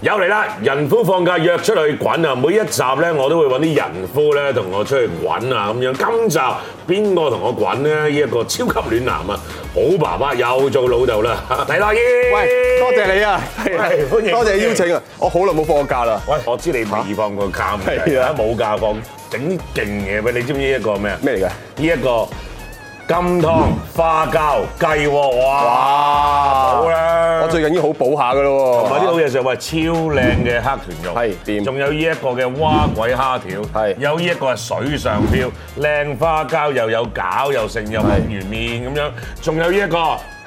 又嚟啦！人夫放假約出去滾啊！每一集咧，我都會揾啲人夫咧同我出去滾啊咁樣。今集邊個同我滾咧？呢、一個超級暖男啊，好爸爸又做老豆啦， 黎樂意。喂，多謝你啊，喂歡迎多謝邀請啊，我好耐冇放假啦。喂，我知你未放過假，唔係係啊而家冇假放，整啲勁嘢俾你。知唔知呢一個咩啊？咩嚟㗎？呢一個金湯花膠雞鍋，哇！哇好啦，我最近已經好補下㗎咯同埋啲好喎。嘢食，喂，超靚嘅黑豚肉，係掂仲有呢一個嘅蛙鬼蝦條，係有呢一個係水上漂，靚花膠又有餃又剩又木魚面咁樣，仲有呢一個，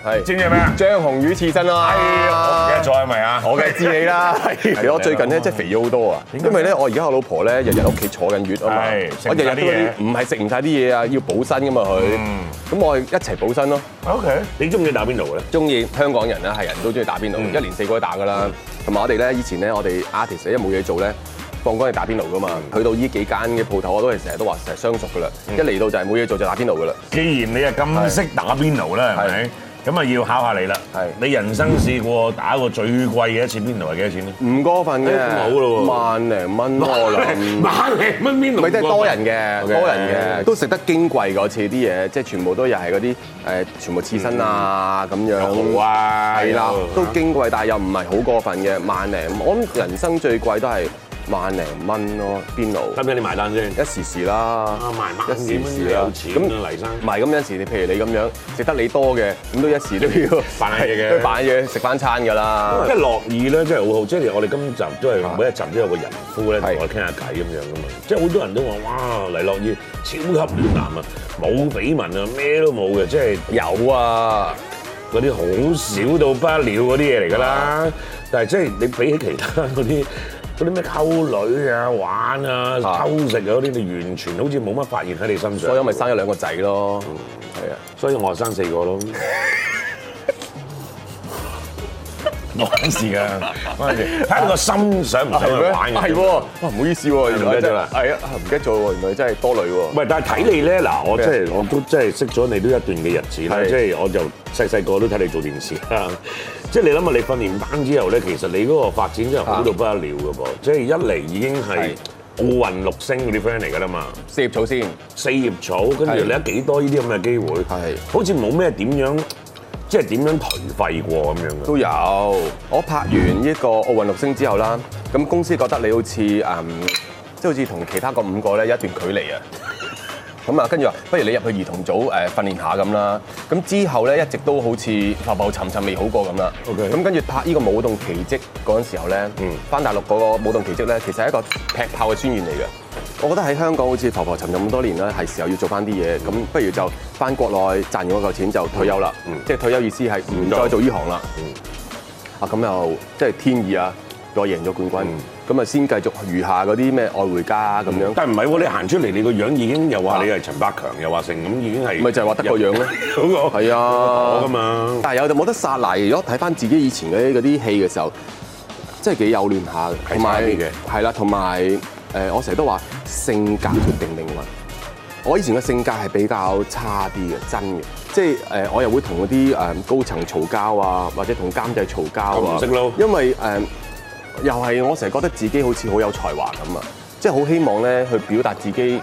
係知唔知係咩啊？張紅魚刺身啦，哎我唔記得咗係咪啊？我梗係知你啦。其實我最近咧真係肥咗好多啊，因為咧我而家我老婆咧日日屋企坐緊月啊嘛係，食我唔日晒啲嘢日都嗰啲唔係食唔晒啲嘢啊，要補身㗎嘛佢。咁我係一齊補身咯， OK，你中唔中意打邊爐嘅咧？中意香港人咧啊係人都中意打邊爐，嗯一年四季都打㗎啦。同埋我哋咧以前咧我哋 artist 咧因為冇嘢做咧。放工係打邊爐㗎嘛，嗯去到呢幾間嘅鋪頭，我都係成日都話成日相熟㗎啦。一嚟到就係冇嘢做就打邊爐㗎啦。既然你係咁識打邊爐啦，係咪係？咁啊要考下你啦係。你人生試過打過最貴嘅一次邊爐係幾多錢咧？唔過分嘅，誒哎咁好咯喎萬零蚊咯我 諗。萬零蚊邊爐，咪即係多人嘅， OK 多人嘅，都食得矜貴嗰次啲嘢，即係全部都又係嗰啲誒，全部刺身啊嗯咁樣。好啊，啊，係啦有，都矜貴，但係又唔係好過分嘅，萬零。我諗人生最貴都係萬零蚊咯，邊使爐唔使你埋 單先？一時時啦啊，萬萬一幾時蚊時有啦。錢啊黎生唔係咁有時，你譬如你咁樣食得你多嘅，咁都一時 都要扮下嘢嘅都 要扮下嘢食翻餐㗎啦即。係樂意咧，真係好好。即係我哋今集都係每一集都有個人夫咧同係我傾下偈咁樣噶嘛。即係好多人都話：哇，黎樂意超級暖男啊，冇緋聞啊，咩都冇嘅，即係有啊。嗰啲好少到不了嗰啲嘢嚟㗎啦。但係即係你比起其他嗰啲 嗰啲咩溝女啊、玩啊、啊偷食啊嗰啲，你完全好似冇乜發現喺你身上。所以我咪生咗兩個仔咯，嗯係啊，所以我生四 個咯。我講事㗎，嗰陣時睇下個心想唔想去玩係喎，哇唔好意思喎，原唔來記得真咗係啦，係啊，唔記得咗喎，原來真係多 女喎，唔係，但係睇你咧，嗱，我即係我都真係識咗你都一段嘅日子啦，係即係我就細細個都睇你做電視啦。 即係你諗下，你訓練班之後咧，其實你嗰個發展真係好到不得了嘅噃，即係一嚟已經係係奧運六星嗰啲 friend 嚟㗎啦嘛，四葉草先，四葉草，跟住係你有幾多呢啲咁嘅機會，係好似冇咩點樣，即係點樣頹廢過咁樣嘅。都有。我拍完呢個奧運六星之後啦，咁公司覺得你好似誒，即係好似同其他嗰五個咧有一段距離啊。 咁啊，跟住話，不如你入去兒童組誒訓練下咁啦。咁之後咧，一直都好似浮浮沉沉未好過咁啦。 OK 咁跟住拍呢個舞動奇蹟嗰陣時候咧嗯，翻大陸嗰個舞動奇蹟咧，其實係一個劈炮嘅宣言嚟嘅。我覺得喺香港好似浮浮沉沉咁多年啦，係時候要做翻啲嘢。咁不如就翻國內賺完嗰嚿錢就退休啦。嗯即係退休意思係唔再做呢行啦。啊咁又即係天意啊！我贏咗冠軍，咁啊先繼續餘下嗰啲咩愛回家啊咁樣，但係唔係喎？你行出嚟，你個樣已經又話你係陳百強，又話成咁，已經係咪就係話得個樣咯。嗰個係啊我㗎嘛。但係有就冇得殺賴。如果睇翻自己以前嗰啲嗰啲戲嘅時候，真係幾幼嫩下嘅，係差啲嘅係啦，同埋誒，我成日都話性格決定命運。我以前嘅性格係比較差啲嘅，真嘅，即係誒，我又會同嗰啲誒高層嘈交啊，或者同監製嘈交我唔啊識撈，因為誒、又係我成日覺得自己好似好有才華咁啊，即係好希望咧去表達自己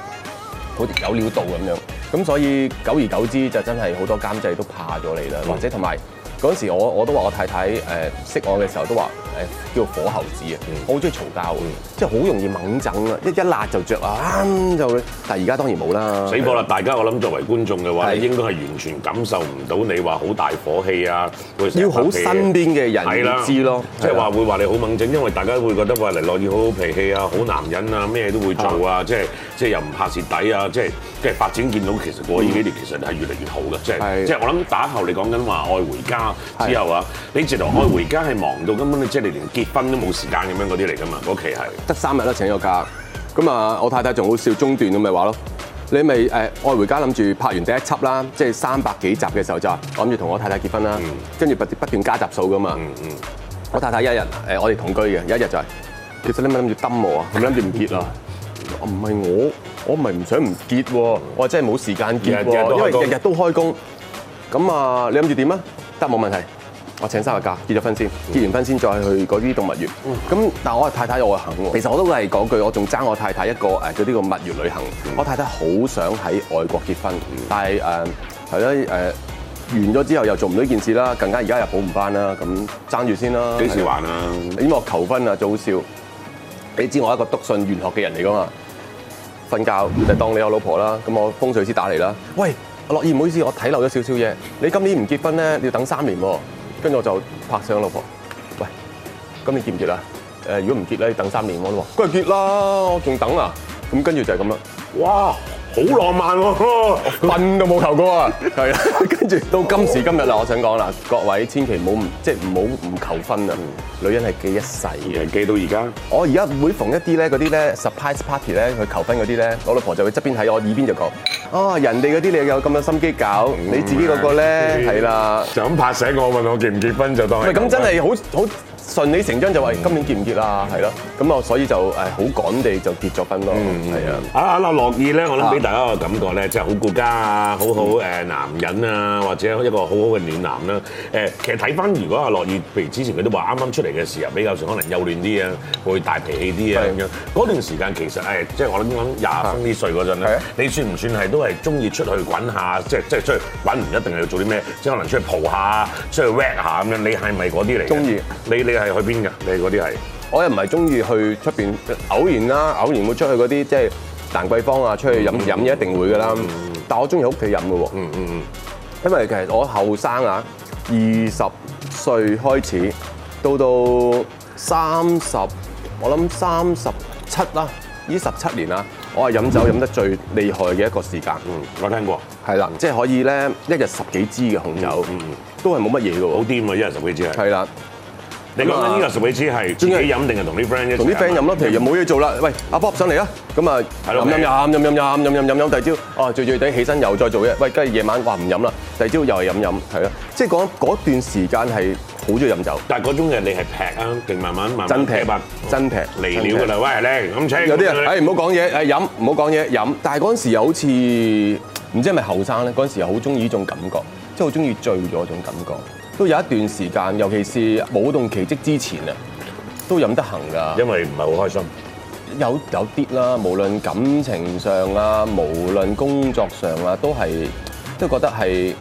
好有料到咁樣。咁所以久而久之就真係好多監製都怕咗你啦，嗯或者同埋。嗰陣時我我都話我太太誒、識我嘅時候都話誒、叫火猴子啊，嗯我好中意嘈交嘅，即係好容易猛整啊，一一辣就着啊，啱就但係而家當然冇啦，死啊火啦！大家我諗作為觀眾嘅話，係應該係完全感受唔到你話好大火氣啊，會成日要發好脾氣身邊嘅人係啦，知咯即係係啦話會話你好猛整，因為大家會覺得話嚟落要好好脾氣啊，好男人啊，咩都會做啊，即係即係又唔怕蝕底啊，即係即係發展見到其實過去幾年其實係越嚟越好嘅，即係係即係我諗打後你講緊話愛回家之後啊，你直頭愛回家係忙到根本你即係你連結婚都冇時間咁樣嗰啲嚟㗎嘛，嗰期係。得三日啦，請咗假。咁啊，我太太仲好笑，中段咁咪話咯，你咪誒愛回家諗住拍完第一輯啦，即係三百幾集嘅時候就話我諗住同我太太結婚啦，跟住不不斷加集數噶嘛。我太太一日誒我哋同居嘅，有一日就係、其 實你咪諗住揼我啊，係咪諗住唔結啊？我唔係我，我唔係唔想唔結喎，我真係冇時間日結日都喎，因開工為日日都開工。咁啊，你諗住點啊？得冇問題，我請三日假，結咗婚先，嗯結完婚先再去嗰啲動物園。咁但係我係太太，我係肯喎。其實我都係講句，我仲爭我太太一個誒叫呢個蜜月旅行。嗯我太太好想喺外國結婚，但係誒係啦誒。完咗之後又做唔到呢件事啦，更加而家又補唔翻啦，咁爭住先啦。幾時還啊？因為我求婚啊，最好笑。你知我係一個篤信玄學嘅人嚟噶嘛？瞓覺就當你我老婆啦，咁我風水師打嚟啦。喂，阿樂意唔好意思，我睇漏咗少少嘢。你今年唔結婚咧，你要等三年喎。跟住我就拍上老婆，喂，今年結唔結啊？誒、如果唔結咧，要等三年我都話，梗係結啦，我仲等啊。咁跟住就係咁啦。哇，好浪漫喎！哦瞓都冇求過啊！係啦，跟住到今時今日啦，我想講啦，啊各位千祈唔好唔即係唔好唔求婚啊！女人係記一世嘅。記到而家。我哦而家每逢一啲咧嗰啲咧 surprise party 咧，佢求婚嗰啲咧，我老婆就會側邊喺我耳邊就講：哦，人哋嗰啲你有咁有心機搞，你自己嗰個咧係啦。就咁拍醒我問我結唔結婚就當喂，咁真啊係好好順理成章就話今年結唔結啊？係咯，咁我所以就誒好趕地就結咗婚咯，係啊。啊啊！樂意咧，我諗啊俾大家個感覺咧，即係好顧家啊，好好誒男人啊，或者一個好好嘅暖男啦。誒，其實睇翻如果阿樂意，譬如之前佢都話啱啱出嚟嘅時候比較上可能幼嫩啲啊，會大脾氣啲啊係咁樣。嗰段時間其實誒，即係我諗講廿分啲歲嗰陣係咧啊，你算唔算係都係中意出去滾下，即係即係出去滾唔一定係要做啲咩，即係可能出去蒲下、出去 rap 下咁樣。你係咪嗰啲嚟嘅？中意你你係去邊㗎？你嗰啲係？我又唔係中意去出邊，偶然啦，偶然會出去嗰啲即係蘭桂坊啊，出去飲飲嘢一定會噶啦。但我中意喺屋企飲嘅喎。嗯嗯嗯。因為其實我後生啊，二十歲開始到到三十，我諗三十七啦，呢十七年啊，我係飲酒飲得最厲害嘅一個時間。嗯，我聽過。係啦，即係可以咧，一日十幾支嘅紅酒，都係冇乜嘢嘅好喎。癲啊！一人十幾支係。係啦。你講緊呢個十幾支係自己飲啊定係同啲 friend 一齊？啊同啲 friend 飲咯，譬如又冇嘢做啦，喂，阿 Bob 上嚟啊，咁啊係咯飲飲飲飲飲飲飲飲飲飲，第二朝哦醉醉地起身又再做嘢，喂，跟住夜晚話唔飲啦，第二朝又係飲飲，係咯，即係講嗰段時間係好中意飲酒，但係嗰種嘅你係劈啊，定慢慢慢慢真劈啊？真劈嚟料㗎啦！喂，你咁請有啲人哎誒唔好講嘢，誒飲唔好講嘢飲，但係嗰陣時又好似唔知係咪後生咧，嗰陣時又好中意呢種感覺，即係好中意醉咗嗰種感覺，都有一段時間，尤其是舞動奇蹟之前啊，都飲得行㗎。因為唔係好開心，有有啲啦，無論感情上啊，無論工作上啊，都係都覺得係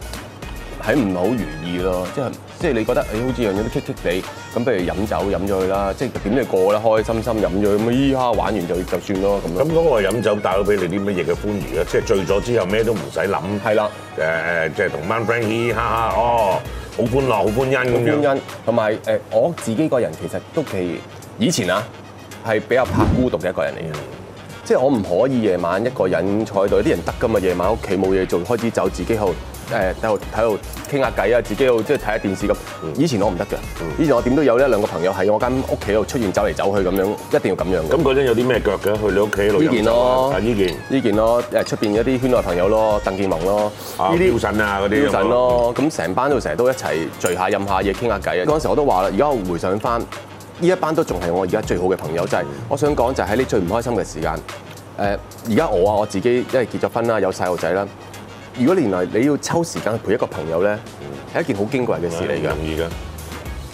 喺唔係好如意咯。即係即係你覺得誒、哎好似樣樣都棘棘地，咁不如飲酒飲咗佢啦，即係點都要過啦，開開心心飲咗佢咁依哈玩完就就算咯咁咁樣。嗰個飲酒帶到俾你啲乜嘢嘅歡愉啊？即係醉咗之後咩都唔使諗，係啦，誒誒，即係同班 friend 嘻嘻哈哈，哦，好歡樂，好歡欣咁咁樣。樣同埋誒我自己個人其實都幾以前啊係比較怕孤獨嘅一個人嚟嘅。即係我唔可以夜晚一個人坐喺度，有啲人得㗎嘛。夜晚屋企冇嘢做，開支酒，自己喺度誒喺度喺度傾下偈啊，自己喺度即係睇下電視咁。以前我唔得㗎，以前我點都有一兩個朋友喺我間屋企度出現走嚟走去咁樣，一定要咁樣嘅。咁嗰陣有啲咩腳嘅？去你屋企度呢飲件酒咯啊？啊呢件呢件咯，誒出邊一啲圈內朋友咯，鄧健泓咯，啊，呢啲標神啊嗰啲標有冇準。咯，咁成班都成日都一齊聚下飲下嘢傾下偈啊！嗰陣時我都話啦，而家我回想翻，呢一班都仲係我而家最好嘅朋友，就係、我想講就係喺你最唔開心嘅時間，誒而家我啊我自己因為結咗婚啦，有細路仔啦，如果原來你要抽時間去陪一個朋友咧，係一件好矜貴嘅事嚟唔㗎。容易㗎，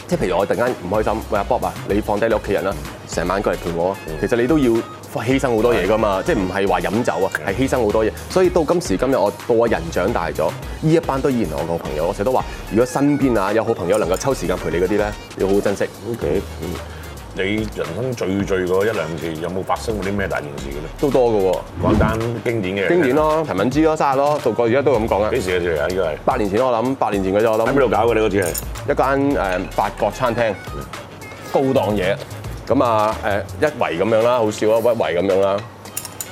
即係譬如我突然間唔開心，喂阿 Bob 啊，你放低你屋企人啦，成晚過嚟陪我啊。其實你都要犧牲好多嘢噶嘛，即係唔係話飲酒啊，係犧牲好多嘢。所以到今時今日，我到我人長大咗，呢一班都依然係我個朋友。我成日都話，如果身邊啊有好朋友能夠抽時間陪你嗰啲咧，要好好珍惜。 OK，嗯你人生最最嗰一兩次有冇發生過啲咩大件事嘅咧？都多嘅講單經典嘅喎，經典，咯，陳敏之咯，生日咯，到過而家都係咁講啊。幾時嘅事嚟啊？呢個係八年前我諗，八年前嘅啫，我諗喺邊度搞嘅你嗰次係？一間誒法國餐廳，高檔嘢，咁啊誒一圍咁樣啦，好少啊，一圍咁樣啦，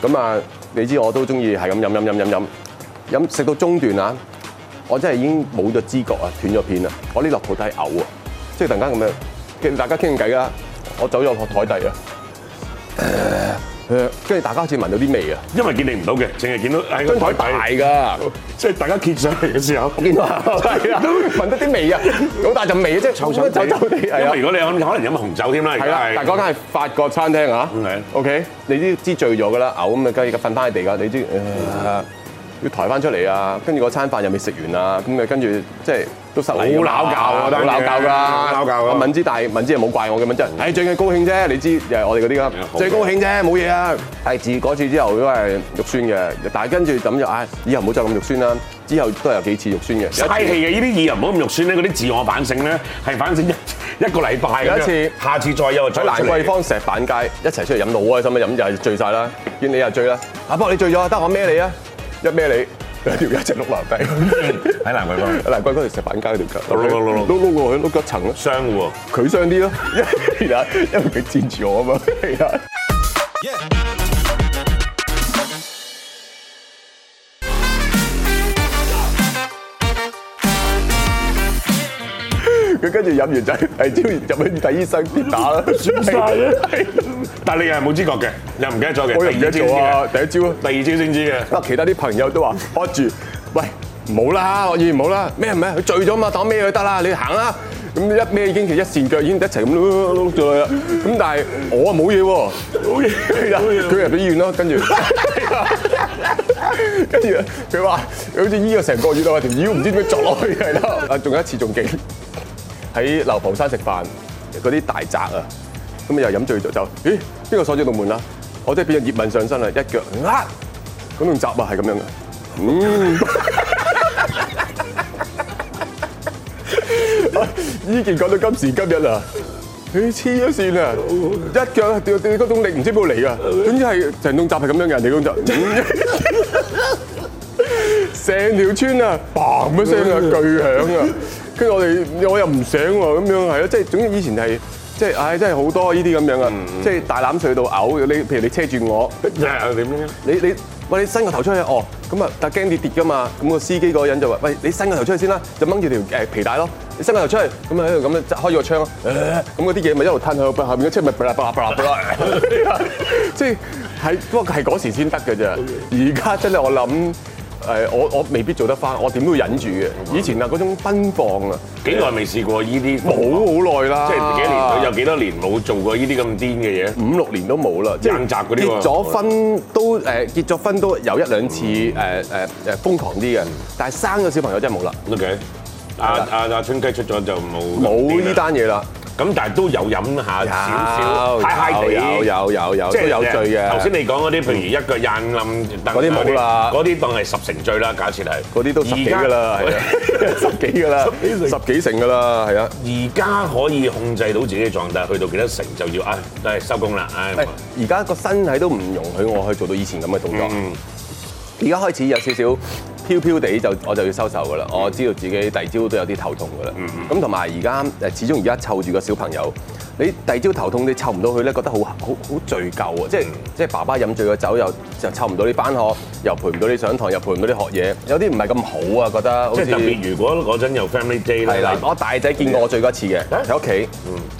咁啊你知我都中意係咁飲飲飲飲飲，飲食到中段啊，我真係已經冇咗知覺啊，斷咗片啊，我呢落鋪底嘔啊，即係突然間咁樣，跟住大家傾偈啦，我走咗落台底啊，誒跟住大家好似聞到啲味啊，因為見你唔到嘅，淨係見到喺張個台大㗎。即係大家揭上嚟嘅時候。見 到 啊，係啊，聞得啲味啊，好大陣味啊，即係臭手臭地，係因啊為。如果你可能飲紅酒添啦，而係啦，家但嗰間係法國餐廳啊嗯係，OK，你都知醉咗噶啦，嘔咁啊，梗係瞓翻喺地㗎，你知呃要抬翻出嚟啊，跟住嗰餐飯又未食完啊，咁啊跟住即係都失禮㗎嘛好撈教啊好當然撈教㗎，好撈教啊阿敏之但係敏之又冇怪我嘅，敏之係唉最緊高興啫，你知誒我哋嗰啲㗎，啊好嘅最高興啫，冇嘢啊。係自嗰次之後都係肉酸嘅，但係跟住諗就唉，以後唔好再咁肉酸啦。之後都有幾次肉酸嘅，有一次嘥氣嘅，呢啲意人唔好咁肉酸咧，嗰啲自我反省咧係反省一 一個禮拜咁樣有一次下次再有就再喺出蘭嚟桂坊石板街一齊出嚟飲到好開心啊！飲就係醉晒啦，見你又醉啦，阿伯你醉咗啊，得我孭你啊，一孭你兩條一隻碌落地，嗯喺蘭桂坊蘭桂坊條石板街嗰條腳，碌碌碌碌碌碌過去碌一層咯，相互 喎。佢傷啲咯，因為因為佢佔住我啊嘛， 係啊。佢跟住飲完就係係朝入去睇醫生跌打啦，算晒啦，但係你又係冇知覺嘅，又唔記得咗嘅， 我又唔記得咗啊！第一朝啊第二朝先知嘅，第二朝先知嘅。 啊！其他啲朋友都話喝住，喂唔好啦，我意唔好啦，咩唔咩？佢醉咗嘛，當咩佢得啦，你行啦。咁一咩已經其一線腳已經一齊咁碌碌碌碌咗啦。咁但係我啊冇嘢喎，冇嘢，佢入咗醫院咯，跟住。跟住啊佢話：佢好似醫咗成個月啊，條腰唔知點樣作落去係啦。啊，仲有一次仲勁，喺流浮山食飯，嗰啲大宅啊，咁又飲醉咗就，咦邊個鎖咗道門啊？我真係變咗葉問上身啦，一腳啊！咁用閘啊係咁樣嘅，嗯。 依件講到今時今日啊！佢黐咗線啊！一腳掉掉嗰種力唔知邊度嚟啊！總之係成棟閘係咁樣嘅，人哋嗰棟閘， 成條村啊，嘭一聲啊，巨響啊！跟住我哋我又唔醒喎，咁樣係咯，即係總之以前係。即係，唉，真係好多呢啲咁樣啊！即係大攬隧道嘔，你譬如你車住我，又點咧？你你喂你伸個頭出去哦，咁啊但係驚跌跌噶嘛，咁個司機嗰個人就話：喂，你伸個頭出去先啦，就掹住條誒皮帶咯，你伸個頭出去，咁啊喺度咁樣開咗個窗咯，呃咁嗰啲嘢咪一路吞喺下面，嗰車咪巴拉巴拉巴拉巴拉，即係係不過係嗰時先得嘅啫，而家真係我諗。誒，我我未必做得翻，我點都要忍住嘅。以前啊，嗰種奔放啊，幾耐未試過呢啲？冇好耐啦，即係幾 À. 年？有幾多年冇做過呢啲咁癲嘅嘢？五六年都冇啦，即硬擲嗰啲喎結咗婚嗯都誒結咗婚都有一兩次誒誒誒瘋狂啲嘅，但係生咗小朋友真係冇啦， OK，阿阿阿春雞出咗就冇冇呢，單嘢啦，咁但係都有飲下 Dạ, 少少，嗨嗨地，有有有有即都係有罪嘅，頭先你講嗰啲，譬如一個人冧嗰啲冇啦嗰啲當係十成醉啦，假設係嗰啲都十幾㗎啦，係啊， 十幾㗎啦，十幾成㗎啦，係啊。而家可以控制到自己嘅狀態，去到幾多成就要啊，唉都係收工啦，唉。誒哎而家個身體都唔容許我去做到以前咁嘅動作。嗯而家開始有少少飄飄地就我就要收手噶嗯啦，我知道自己第二朝都有啲頭痛噶啦。咁同埋而家誒，始終而家湊住個小朋友，你第二朝頭痛你湊唔到佢咧，覺得好好好罪疚啊！即係嗯即係爸爸飲醉咗酒又就湊唔到你返學，又陪唔到你上堂，又陪唔到你學嘢，有啲唔係咁好啊，覺得好即係似特別，如果嗰陣有 family day 係啦咧，，我大仔見過我醉過一次嘅啊喺屋企，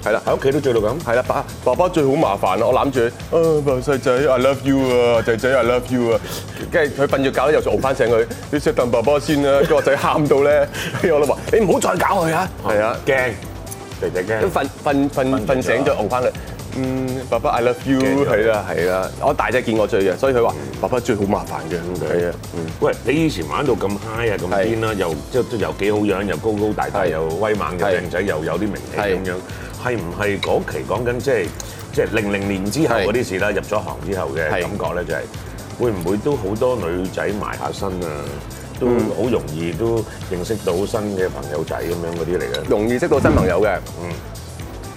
係啦。喺屋企都醉到咁。係啦，爸爸爸最好麻煩啦，我攬住佢，啊，爸細仔，I love you 啊，仔仔，I love you 啊，跟住佢瞓著覺咧，又再熬翻醒佢，你錫啖爸爸先 啦，跟住我仔喊到咧，跟住我老話，你唔好再搞佢啊，哦係啊，驚，肥仔一驚。瞓瞓瞓瞓醒再熬翻佢。嗯，爸爸，I love you，驚咗嗯係啦係啦，我大仔見我醉嘅，所以佢話爸爸最好麻煩嘅，係啊，喂，你以前玩到咁 high 啊，咁係癲啦，又即係都又幾好樣，又高高大大，係又威猛，又係靚仔，又有啲名氣係咁樣，係唔係嗰期講緊即係即係零零年之後嗰啲事啦，入咗行之後嘅係感覺咧，就係會唔會都好多女仔埋下身啊？都好容易都認識到新嘅朋友仔咁樣嗰啲嚟嘅，容易識到新朋友嘅。嗯，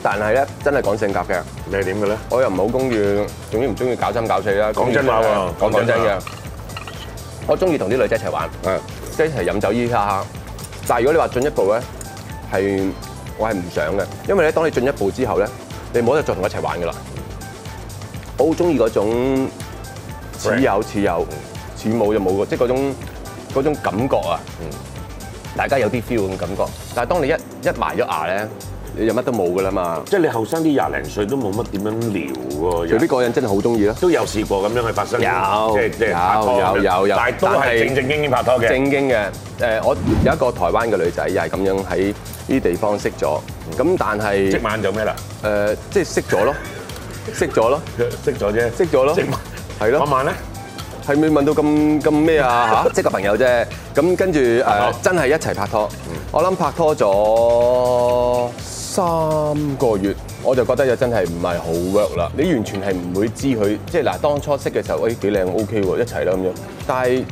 但係咧真係講性格嘅，你係點嘅咧？我又唔好公寓，總之唔中意搞三搞四啦。講真話喎我講講真真話嗯嘅，我中意同啲女仔一齊玩，即係一齊飲酒依下下。但係如果你話進一步咧，係我係唔想嘅，因為咧當你進一步之後咧，你冇得再同佢一齊玩噶啦。我好中意嗰種似有似有，似冇就冇嘅，即係嗰種嗰種感覺啊。嗯大家有啲 feel 咁感覺，但係當你一一埋咗牙咧，你就乜都冇噶啦嘛。即係你後生啲廿零歲都冇乜點樣聊喎，除非嗰個人真係好中意啦。都有試過咁樣去發生，有即係即係拍拖咁樣有有有但係都但係係正正經經拍拖嘅。正經嘅，誒、我有一個台灣嘅女仔，又係咁樣喺呢啲地方識咗，咁但係即誒、晚就咩啦？即係識咗咯，識咗咯，識咗啫，識咗咯即晚係嗰咯，晚咧，係咪問到咁咁咩 啊嚇？即係個朋友啫，咁跟住誒、拍拖真係一齊拍拖，我諗拍拖咗三個月。我就覺得又真係唔係好 work 啦，你完全係唔會知佢，即係嗱當初識嘅時候，誒幾靚，OK 喎，一齊啦咁樣，但係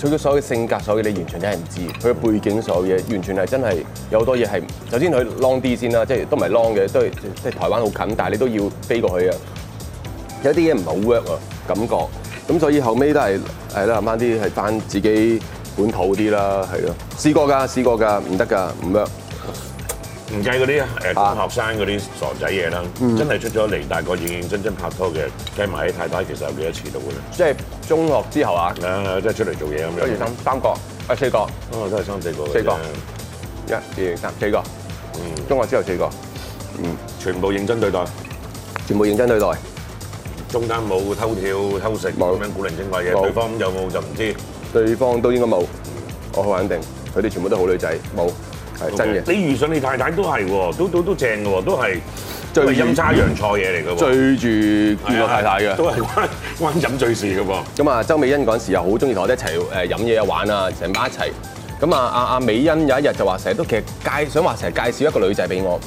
佢嘅所有嘅性格，所有嘢你完全真係唔知，佢嘅背景所有嘢完全係真係有好多嘢係，首先佢 long 啲先啦，即係都唔係 long 嘅，都係即係台灣好近，但係你都要飛過去啊，有啲嘢唔係好 work 啊，感覺，咁所以後尾都係係啦，諗翻啲係翻自己本土啲啦，係咯，試過㗎，試過㗎，唔得㗎，唔 work，唔計嗰啲誒啊中學生嗰啲傻仔嘢啦，嗯真係出咗嚟大個認認真真拍拖嘅，計埋啲太太其實有幾多次到嘅咧？即係中學之後啊，啊，即係出嚟做嘢咁不如樣三，三個，啊四個。哦，都係三四個嘅啫，四個一二三四個，中學之後四個，全部認真對待，全部認真對待。中間冇偷跳偷食冇咁樣古靈精怪嘅，冇對方有冇就唔知。對方都應該冇，我好肯定，佢哋全部都好女仔，冇係真嘅。你遇上你太太都係喎，都都都正嘅喎，都係最都係陰差陽錯嘢嚟嘅喎。追住見我太太都嘅，係關關飲醉事嘅喎。咁啊，周美欣嗰陣時又好中意同我哋一齊誒飲嘢啊玩啊，成班一齊。咁啊，阿阿美欣有一日就話成日都其實介想話成日介紹一個女仔俾我，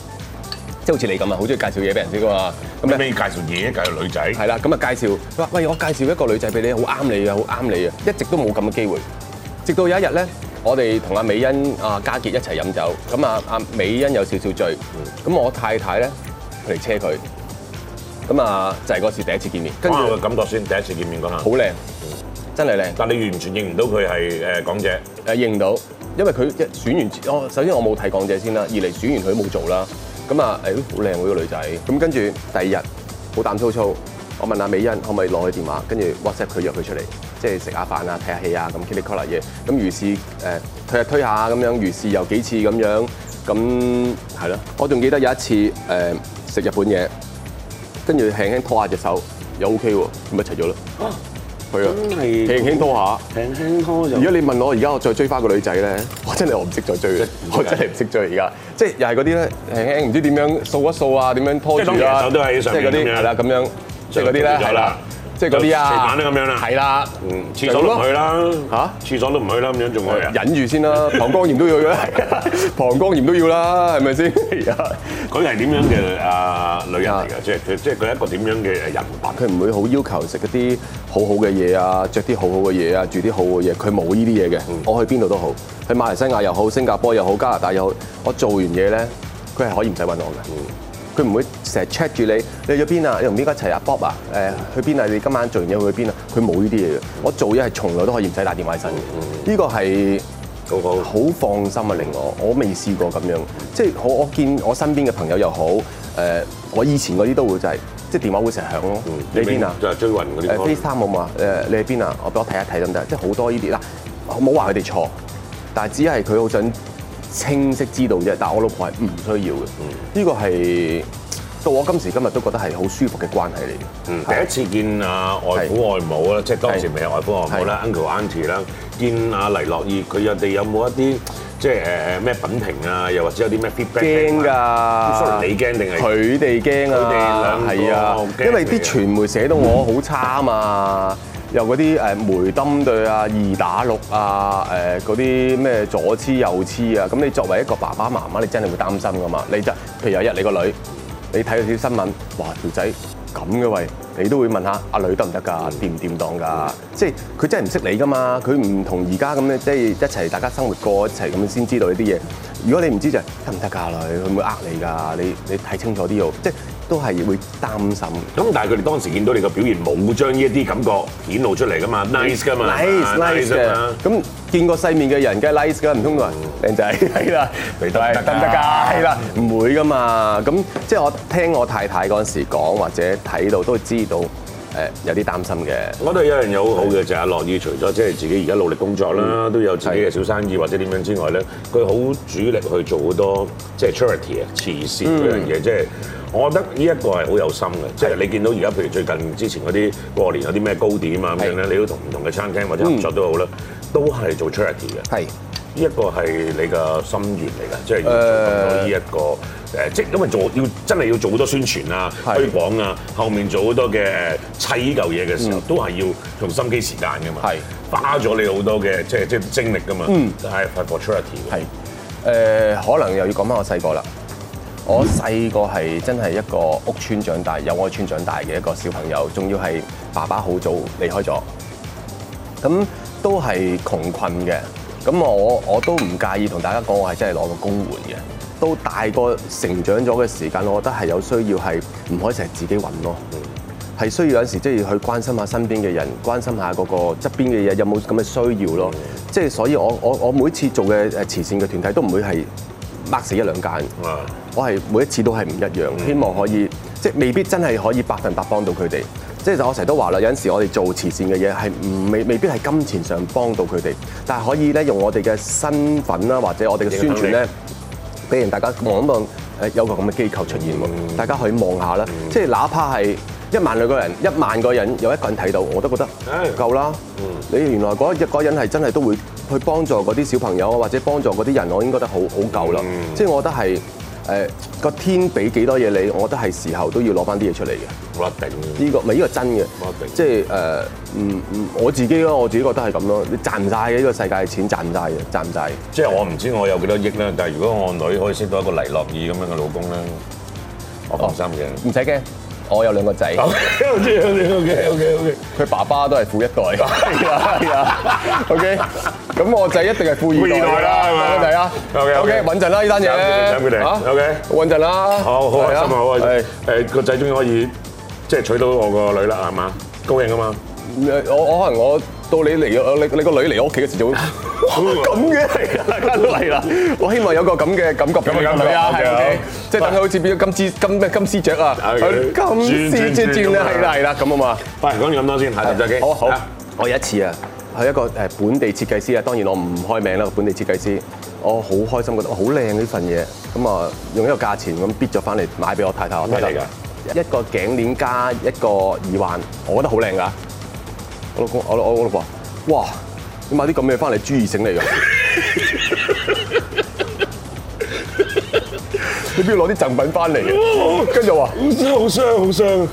即係好似你咁啊，好中意介紹嘢俾人識噶嘛。咁咁咧你介紹嘢，介紹女仔，係啦，咁啊介紹，佢話喂，我介紹一個女仔俾你，好啱你啊，好啱你啊，一直都冇咁嘅機會。直到有一日咧，我哋同阿美欣、阿嘉傑一齊飲酒，咁啊阿美欣有少少醉，咁我太太咧嚟車佢，咁啊就係嗰次第一次見面，跟跟住住好個感覺先，第一次見面嗰下。靚，真係靚，但你完全認唔到佢係誒港姐，誒認到，因為佢一選完，我首先我冇睇港姐先啦，二嚟選完佢都冇做啦，咁啊誒好靚喎呢個女仔，咁跟住第二日好膽粗粗，我問阿美欣可唔可以攞佢電話，跟住 WhatsApp 佢約佢出嚟，即係食下飯啊、睇下戲啊咁 k i t t y c o l l 嘢，咁如是誒、推下推下咁樣，如是又幾次咁樣，咁係咯，我仲記得有一次誒食、日本嘢，跟住輕輕拖下隻手，又 OK 喎，咁咪一齊咗咯，係啊，真係輕輕拖下。輕輕拖就如果你問我而家我再追翻個女仔咧， 我真係我唔識再追啦， 我真係唔識追而家，即係又係嗰啲咧，輕輕唔知點樣掃一掃啊，點樣拖住即係當啊，然手都喺上面即咁係嗰啲樣係啦，咁樣即係嗰啲咧，就係啦，即係嗰就成啲啊，晚都咁樣啦嗯係啦，廁所都唔去啦，嚇廁所都唔去啦，咁樣仲去啊？忍住先啦，膀胱炎都要啦， 膀胱炎都要啦，係啊 咪先？而家佢係點樣嘅啊女人嚟啊㗎？即係佢即係佢係一個點樣嘅人物？佢唔會好要求食一啲好好嘅嘢啊，着啲好好嘅嘢啊，住啲好好嘅嘢，佢冇呢啲嘢嘅。嗯我去邊度都好，去馬來西亞又好，新加坡又好，加拿大又好，我做完嘢咧，佢係可以唔使揾我嘅。嗯佢唔會成日 check 住你，你去咗邊啊？你同邊個一齊啊？Bob 啊？誒、去邊啊？你今晚做完嘢會去邊啊？佢冇呢啲嘢嘅。我做嘢係從來都可以唔使打電話起身嘅。呢個係。好好。好放心啊！令我我未試過咁樣，即係我我見我身邊嘅朋友又好，誒、呃我以前嗰啲都會就係、即係電話會成日響咯。嗯你喺邊啊？就係追雲嗰誒啲歌。 FaceTime 好嘛？誒你喺邊啊？我俾我睇一睇得唔得？即係好多呢啲啦，我冇話佢哋錯，但係只係佢好想清晰知道啫。但係我老婆係唔需要嘅，嗯呢個係到我今時今日都覺得係好舒服嘅關係嚟嘅。嗯，第一次見啊外父外母啦，即係當時未有外父外母啦，uncle auntie 啦，見啊黎諾懿，佢有哋有冇一啲即係誒誒咩品評啊，又或者有啲咩 feedback？驚㗎，sorry，你驚定係？佢哋驚啊，佢哋兩個係啊好，驚因為啲你啊傳媒寫到我好差啊嘛，又嗰啲呃誒梅針對啊、二打六啊、誒嗰啲咩左黐右黐啊，咁你作為一個爸爸媽媽，你真係會擔心噶嘛？你就譬如有一日你個女你睇到條新聞，哇條仔咁嘅喂，你都會問下阿女得唔得㗎？掂唔掂當㗎？即係佢真係唔識你㗎嘛，佢唔同而家咁樣，即係一齊大家生活過一齊咁樣先知道呢啲嘢。如果你唔知就係得唔得㗎女，佢會唔會呃你㗎？你你睇清楚啲喎，即係都係會擔心。咁但係佢哋當時見到你個表現冇將呢一啲感覺顯露出嚟噶嘛，nice 噶嘛 nice nice 嘅啊嘛，咁見過世面嘅人梗係 nice 㗎，唔通話靚仔 係啦，你得唔得㗎得唔得㗎？係啦，唔會㗎嘛。咁即係我聽我太太嗰陣時講，或者睇到都知道誒有啲擔心嘅。我覺得有樣嘢好好嘅就係阿樂意，除咗即係自己而家努力工作嗯啦，都有自己嘅小生意或者點樣之外咧，佢好主力去做好多即係 charity 啊慈善嗰樣嗯嘢，即係我覺得呢一個係好有心嘅，即係你見到而家譬如最近之前嗰啲過年有啲咩糕點啊咁樣咧，你都同唔同嘅餐廳或者合嗯作都好啦，都係做 charity 嘅。係。呢一個係你嘅心願嚟㗎，即係要做呃咁多呢一個誒，即係因為做要真係要做好多宣傳啊、係推廣啊，後面做好多嘅誒砌呢嚿嘢嘅時候，都係要用心機時間㗎嘛，嗯係嗯花咗你好多嘅即係即係精力㗎嘛，係係 for charity 嘅係誒、可能又要講翻我細個啦。我細個係真係一個屋村長大、有愛村長大嘅一個小朋友，仲要係爸爸好早離開咗，咁都係窮困嘅。咁我我都唔介意同大家講，我係真係攞個公援嘅。都大個成長咗嘅時間，我覺得係有需要係唔可以成日自己揾咯。係需要有陣時即係去關心下身邊嘅人，關心下嗰個側邊嘅嘢有冇咁嘅需要咯。即係所以我我我每次做嘅誒慈善嘅團體都唔會係掹死一兩間，啊，我係每一次都係唔一樣，希望可以即係未必真係可以百分百幫到佢哋。即係我成日都話啦，有陣時我哋做慈善嘅嘢係唔未未必係金錢上幫到佢哋，但係可以咧用我哋嘅身份啦，或者我哋嘅宣傳咧。俾人大家望一望，誒有個咁嘅機構出現喎，大家可以望下啦。即係哪怕係一萬兩個人，一萬個人有一個人睇到，我都覺得誒夠啦。你原來嗰一嗰個人係真係都會去幫助嗰啲小朋友啊，或者幫助嗰啲人，我已經覺得好好夠啦。即係我覺得係誒個天俾幾多嘢你，我覺得係時候都要攞翻啲嘢出嚟嘅。我一定。呢個咪呢個真嘅我一定，即係誒唔唔我自己咯，我自己覺得係咁咯。你賺唔晒嘅呢個世界錢賺唔晒嘅，賺唔晒。即係我唔知我有幾多億啦，但係如果我女可以識到一個黎諾懿咁樣嘅老公咧，我放心嘅。唔使驚，我有兩 個仔。 OK OK OK OK OK。佢爸爸都係富一 代，係啊係啊，OK。咁我仔一定係富二代富二代啦係咪係咪啊 OK，OK OK，穩陣啦呢單嘢斬佢哋斬佢哋嚇 OK 穩陣啦。好好開心啊！好開係心。誒個仔終於可以即係娶到我個女啦，係嘛？高興啊嘛！我我可能我到你嚟我，你你個女嚟我屋企嘅 時就會。哇啊咁嘅嚟啦，家都嚟啦！我希望有個咁嘅感覺俾咁嘅佢感覺女啊， OK，係 OK，好即係等佢好似變咗金絲金咩金絲雀啊， OK，金絲雀轉轉轉轉咁樣啦，係啦係啦，咁啊嘛。喂，講完咁多先，下集再見。好啊好啊，我有一次啊，係一個誒本地設計師啊，當然我唔開名啦，本地設計師，我好開心覺得哇好靚呢份嘢，咁啊用一個價錢咁逼咗翻嚟買俾我太太，我太太咩嚟一個頸鏈加一個耳環，我覺得好靚㗎。我老公我我我老婆，哇！你買啲咁嘅嘢翻嚟，豬耳繩嚟㗎。 你邊度攞啲贈品翻嚟嘅？跟住我話。好傷好傷好傷。